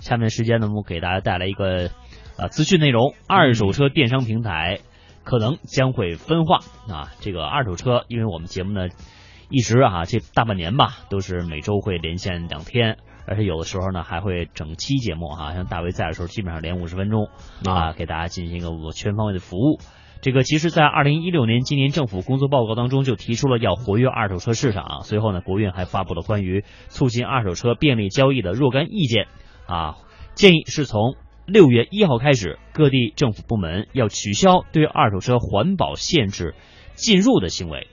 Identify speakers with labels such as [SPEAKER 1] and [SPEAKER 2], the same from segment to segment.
[SPEAKER 1] 下面时间呢，我们给大家带来一个啊资讯内容：二手车电商平台可能将会分化啊。这个二手车，因为我们节目呢一直啊这大半年吧，都是每周会连线两天。而且有的时候呢，还会整期节目哈、像大为在的时候，基本上连五十分钟啊，给大家进行一个全方位的服务。这个其实，在二零一六年今年政府工作报告当中就提出了要活跃二手车市场。随后呢，国运还发布了关于促进二手车便利交易的若干意见啊，建议是从六月一号开始，各地政府部门要取消对二手车环保限制进入的行为。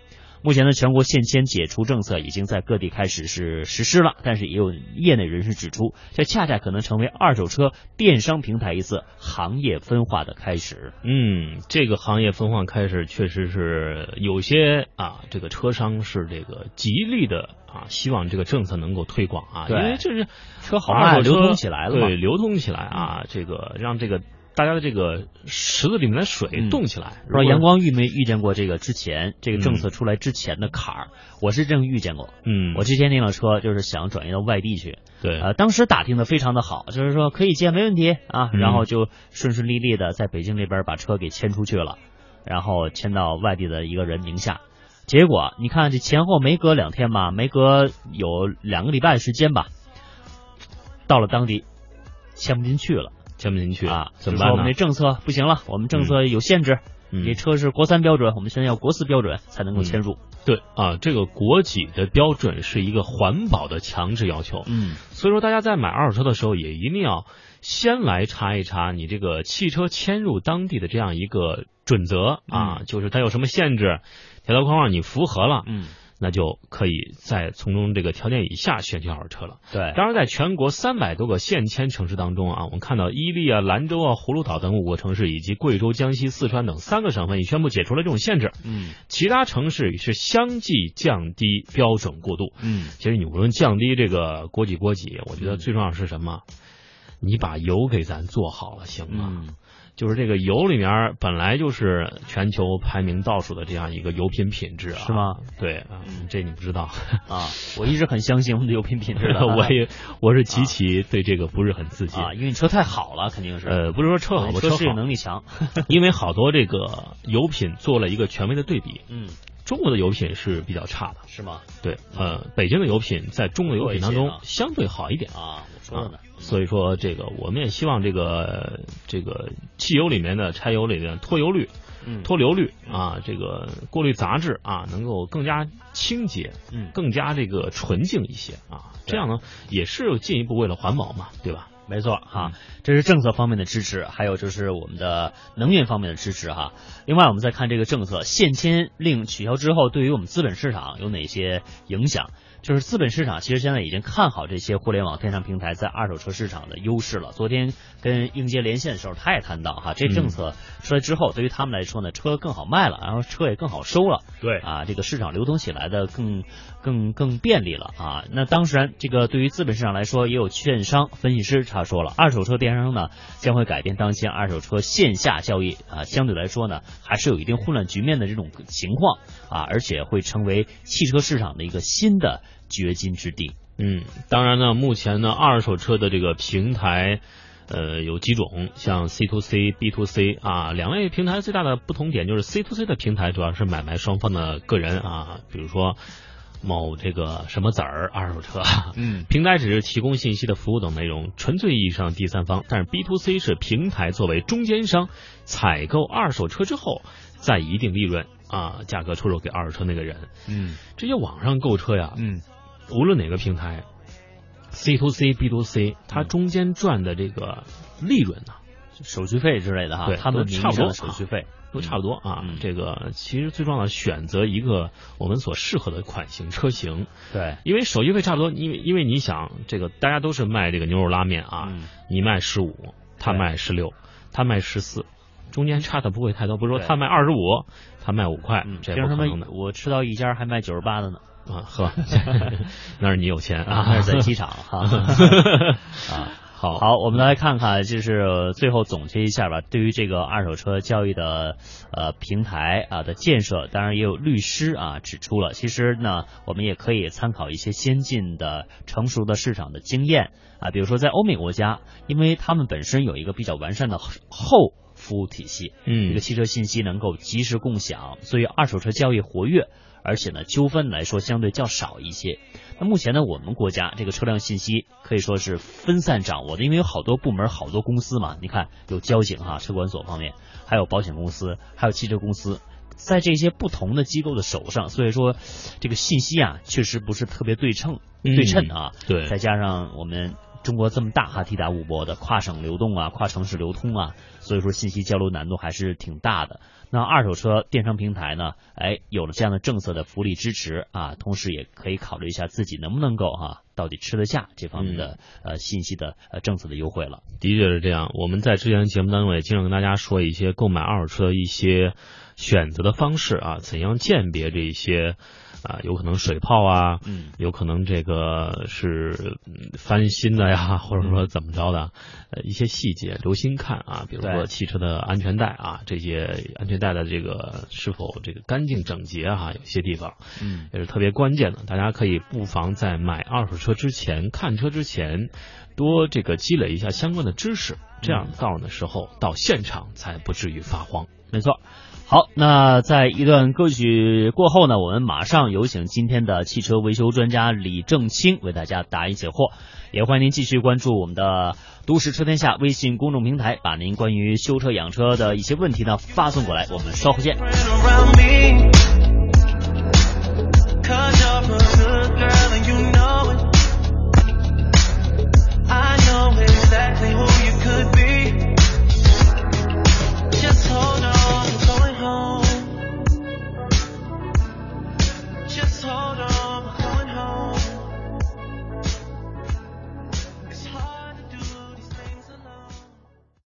[SPEAKER 1] 目前呢，全国限迁解除政策已经在各地开始是实施了，但是也有业内人士指出，这恰恰可能成为二手车电商平台一次行业分化的开始。
[SPEAKER 2] 嗯，这个行业分化开始确实是有些啊，这个车商是这个极力的啊，希望这个政策能够推广啊，因
[SPEAKER 1] 对
[SPEAKER 2] 为这是
[SPEAKER 1] 车好
[SPEAKER 2] 啊
[SPEAKER 1] 卖，流
[SPEAKER 2] 流通
[SPEAKER 1] 通
[SPEAKER 2] 起
[SPEAKER 1] 起
[SPEAKER 2] 来
[SPEAKER 1] 来
[SPEAKER 2] 了
[SPEAKER 1] 了嘛嗯
[SPEAKER 2] 对，流通起来啊，这个让这个大家的这个池子里面的水
[SPEAKER 1] 嗯
[SPEAKER 2] 动起来。
[SPEAKER 1] 不知道
[SPEAKER 2] 如果
[SPEAKER 1] 阳，光遇没遇见过这个之前这个政
[SPEAKER 2] 嗯
[SPEAKER 1] 策出来之前的坎儿？我是真遇见过。
[SPEAKER 2] 嗯，
[SPEAKER 1] 我之前那辆车就是想转移到外地去，
[SPEAKER 2] 对，
[SPEAKER 1] 呃，当时打听的非常的好，就是说可以接，没问题啊，
[SPEAKER 2] 嗯
[SPEAKER 1] 然后就顺顺利利的在北京这边把车给迁出去了，然后迁到外地的一个人名下。结果你看这前后没隔两天吧，没隔有两个礼拜的时间吧，到了当地迁不进去了
[SPEAKER 2] 签不进去
[SPEAKER 1] 啊，就
[SPEAKER 2] 怎么
[SPEAKER 1] 说
[SPEAKER 2] 办
[SPEAKER 1] 我们
[SPEAKER 2] 呢
[SPEAKER 1] 这？政策不行了，我们政策有限制，
[SPEAKER 2] 嗯
[SPEAKER 1] 你车是国三标准，我们现在要国四标准才能够迁入。
[SPEAKER 2] 对啊，这个国企的标准是一个环保的强制要求，
[SPEAKER 1] 嗯，
[SPEAKER 2] 所以说大家在买二手车的时候也一定要先来查一查你这个汽车迁入当地的这样一个准则啊，就是它有什么限制，条条框框你符合了，
[SPEAKER 1] 嗯，
[SPEAKER 2] 那就可以再从中这个条件以下选取二手车了。
[SPEAKER 1] 对，
[SPEAKER 2] 当然，在全国三百多个县迁城市当中啊，我们看到伊犁啊、兰州啊、葫芦岛等五个城市，以及贵州、江西、四川等三个省份已宣布解除了这种限制，
[SPEAKER 1] 嗯
[SPEAKER 2] 其他城市是相继降低标准过渡。
[SPEAKER 1] 嗯，
[SPEAKER 2] 其实你无论降低这个国几国几，我觉得最重要是什么？你把油给咱做好了，行吗？
[SPEAKER 1] 嗯
[SPEAKER 2] 就是这个油里面本来就是全球排名倒数的这样一个油品品质啊，
[SPEAKER 1] 是？吗？
[SPEAKER 2] 对啊，
[SPEAKER 1] 嗯
[SPEAKER 2] 这你不知道，
[SPEAKER 1] 啊，我一直很相信我们的油品品 质的，啊
[SPEAKER 2] 我也我是极其对这个不是很自信。
[SPEAKER 1] 啊，因为你车太好了，肯定是
[SPEAKER 2] 呃，不是说车好
[SPEAKER 1] 对
[SPEAKER 2] 不
[SPEAKER 1] 车
[SPEAKER 2] 车
[SPEAKER 1] 适应
[SPEAKER 2] 好，
[SPEAKER 1] 能力强，
[SPEAKER 2] 因为好多这个油品做了一个权威的对比，
[SPEAKER 1] 嗯，
[SPEAKER 2] 中国的油品是比较差的，
[SPEAKER 1] 是吗？
[SPEAKER 2] 对，呃，北京的油品在中国的油品当中
[SPEAKER 1] 弱一些啊
[SPEAKER 2] 相对好一点啊。
[SPEAKER 1] 啊，我说了呢，
[SPEAKER 2] 所以说，这个我们也希望这个这个汽油里面的柴油里面的脱油率、
[SPEAKER 1] 嗯，
[SPEAKER 2] 脱硫率啊，这个过滤杂质啊，能够更加清洁、
[SPEAKER 1] 嗯，
[SPEAKER 2] 更加这个纯净一些啊。
[SPEAKER 1] 对
[SPEAKER 2] 这样呢，也是进一步为了环保嘛，对吧？
[SPEAKER 1] 没错哈，这是政策方面的支持，还有就是我们的能源方面的支持哈。另外，我们再看这个政策限迁令取消之后，对于我们资本市场有哪些影响？就是资本市场其实现在已经看好这些互联网电商平台在二手车市场的优势了。昨天跟应接连线的时候，他也谈到哈，这政策出来之后，对于他们来说呢，车更好卖了，然后车也更好收了。
[SPEAKER 2] 对
[SPEAKER 1] 啊，这个市场流通起来的更更更便利了啊。那当然，这个对于资本市场来说，也有券商分析师他说了，二手车电商呢将会改变当前二手车线下交易啊，相对来说呢还是有一定混乱局面的这种情况啊，而且会成为汽车市场的一个新的掘金之地。
[SPEAKER 2] 嗯，当然呢，目前呢，二手车的这个平台，呃，有几种，像 C to C、B to C 啊，两类平台最大的不同点就是 C to C 的平台主要是买卖双方的个人啊，比如说某这个什么子儿二手车，啊
[SPEAKER 1] 嗯
[SPEAKER 2] 平台只是提供信息的服务等内容，纯粹意义上第三方。但是 B to C 是平台作为中间商，采购二手车之后，再以一定利润啊价格出售给二手车那个人。
[SPEAKER 1] 嗯
[SPEAKER 2] 这些网上购车呀，
[SPEAKER 1] 嗯
[SPEAKER 2] 无论哪个平台，C to C、B to C，它中间赚的这个利润呢、
[SPEAKER 1] 手续费之类的哈，
[SPEAKER 2] 对
[SPEAKER 1] 他们名义上的手
[SPEAKER 2] 啊
[SPEAKER 1] 续费。
[SPEAKER 2] 都差不多啊。
[SPEAKER 1] 嗯
[SPEAKER 2] 这个其实最重要的选择一个我们所适合的款型车型，
[SPEAKER 1] 对，
[SPEAKER 2] 因为手续费差不多，因为因为你想这个大家都是卖这个牛肉拉面啊，
[SPEAKER 1] 嗯
[SPEAKER 2] 你卖十五，他
[SPEAKER 1] 对
[SPEAKER 2] 卖十六，他卖十四。中间差的不会太多，不是说
[SPEAKER 1] 对
[SPEAKER 2] 他卖二十五，他卖五块，
[SPEAKER 1] 嗯，
[SPEAKER 2] 这
[SPEAKER 1] 凭
[SPEAKER 2] 不
[SPEAKER 1] 什
[SPEAKER 2] 可
[SPEAKER 1] 么
[SPEAKER 2] 能的
[SPEAKER 1] 我吃到一家还卖九十八的呢？
[SPEAKER 2] 啊！呵，那是你有钱啊，
[SPEAKER 1] 那是在机场哈。啊，
[SPEAKER 2] 好，
[SPEAKER 1] 好，我们来看看，就是呃最后总结一下吧。对于这个二手车交易的呃平台啊的建设，当然也有律师啊指出了，其实呢，我们也可以参考一些先进的、成熟的市场的经验啊，比如说在欧美国家，因为他们本身有一个比较完善的后服务体系，这
[SPEAKER 2] 嗯
[SPEAKER 1] 个汽车信息能够及时共享，所以二手车交易活跃，而且呢纠纷来说相对较少一些。那目前呢，我们国家这个车辆信息可以说是分散掌握的，因为有好多部门、好多公司嘛。你看，有交警哈、车管所方面，还有保险公司，还有汽车公司，在这些不同的机构的手上，所以说这个信息啊，确实不是特别对称、
[SPEAKER 2] 嗯
[SPEAKER 1] 对称啊。
[SPEAKER 2] 对
[SPEAKER 1] 再加上我们中国这么大哈，地大物博的，跨省流动啊，跨城市流通啊，所以说信息交流难度还是挺大的。那二手车电商平台呢，哎，有了这样的政策的福利支持啊，同时也可以考虑一下自己能不能够哈、到底吃得下这方面的、呃信息的呃政策的优惠了。
[SPEAKER 2] 的确是这样。我们在之前的节目当中也经常跟大家说一些购买二手车的一些选择的方式啊，怎样鉴别这一些啊，有可能水泡啊，
[SPEAKER 1] 嗯
[SPEAKER 2] 有可能这个是嗯翻新的呀， 或者说怎么着的，呃，一些细节留心看啊，比如
[SPEAKER 1] 对
[SPEAKER 2] 说汽车的安全带啊，这些安全带的这个是否这个干净整洁哈、有些地方
[SPEAKER 1] 嗯，
[SPEAKER 2] 也是特别关键的。大家可以不妨在买二手车之前、看车之前，多这个积累一下相关的知识，这样到的时候到现场才不至于发慌。
[SPEAKER 1] 没错。好，那在一段歌曲过后呢，我们马上有请今天的汽车维修专家李正清为大家答疑解惑，也欢迎您继续关注我们的“都市车天下”微信公众平台，把您关于修车养车的一些问题呢发送过来，我们稍后见。
[SPEAKER 3] around me.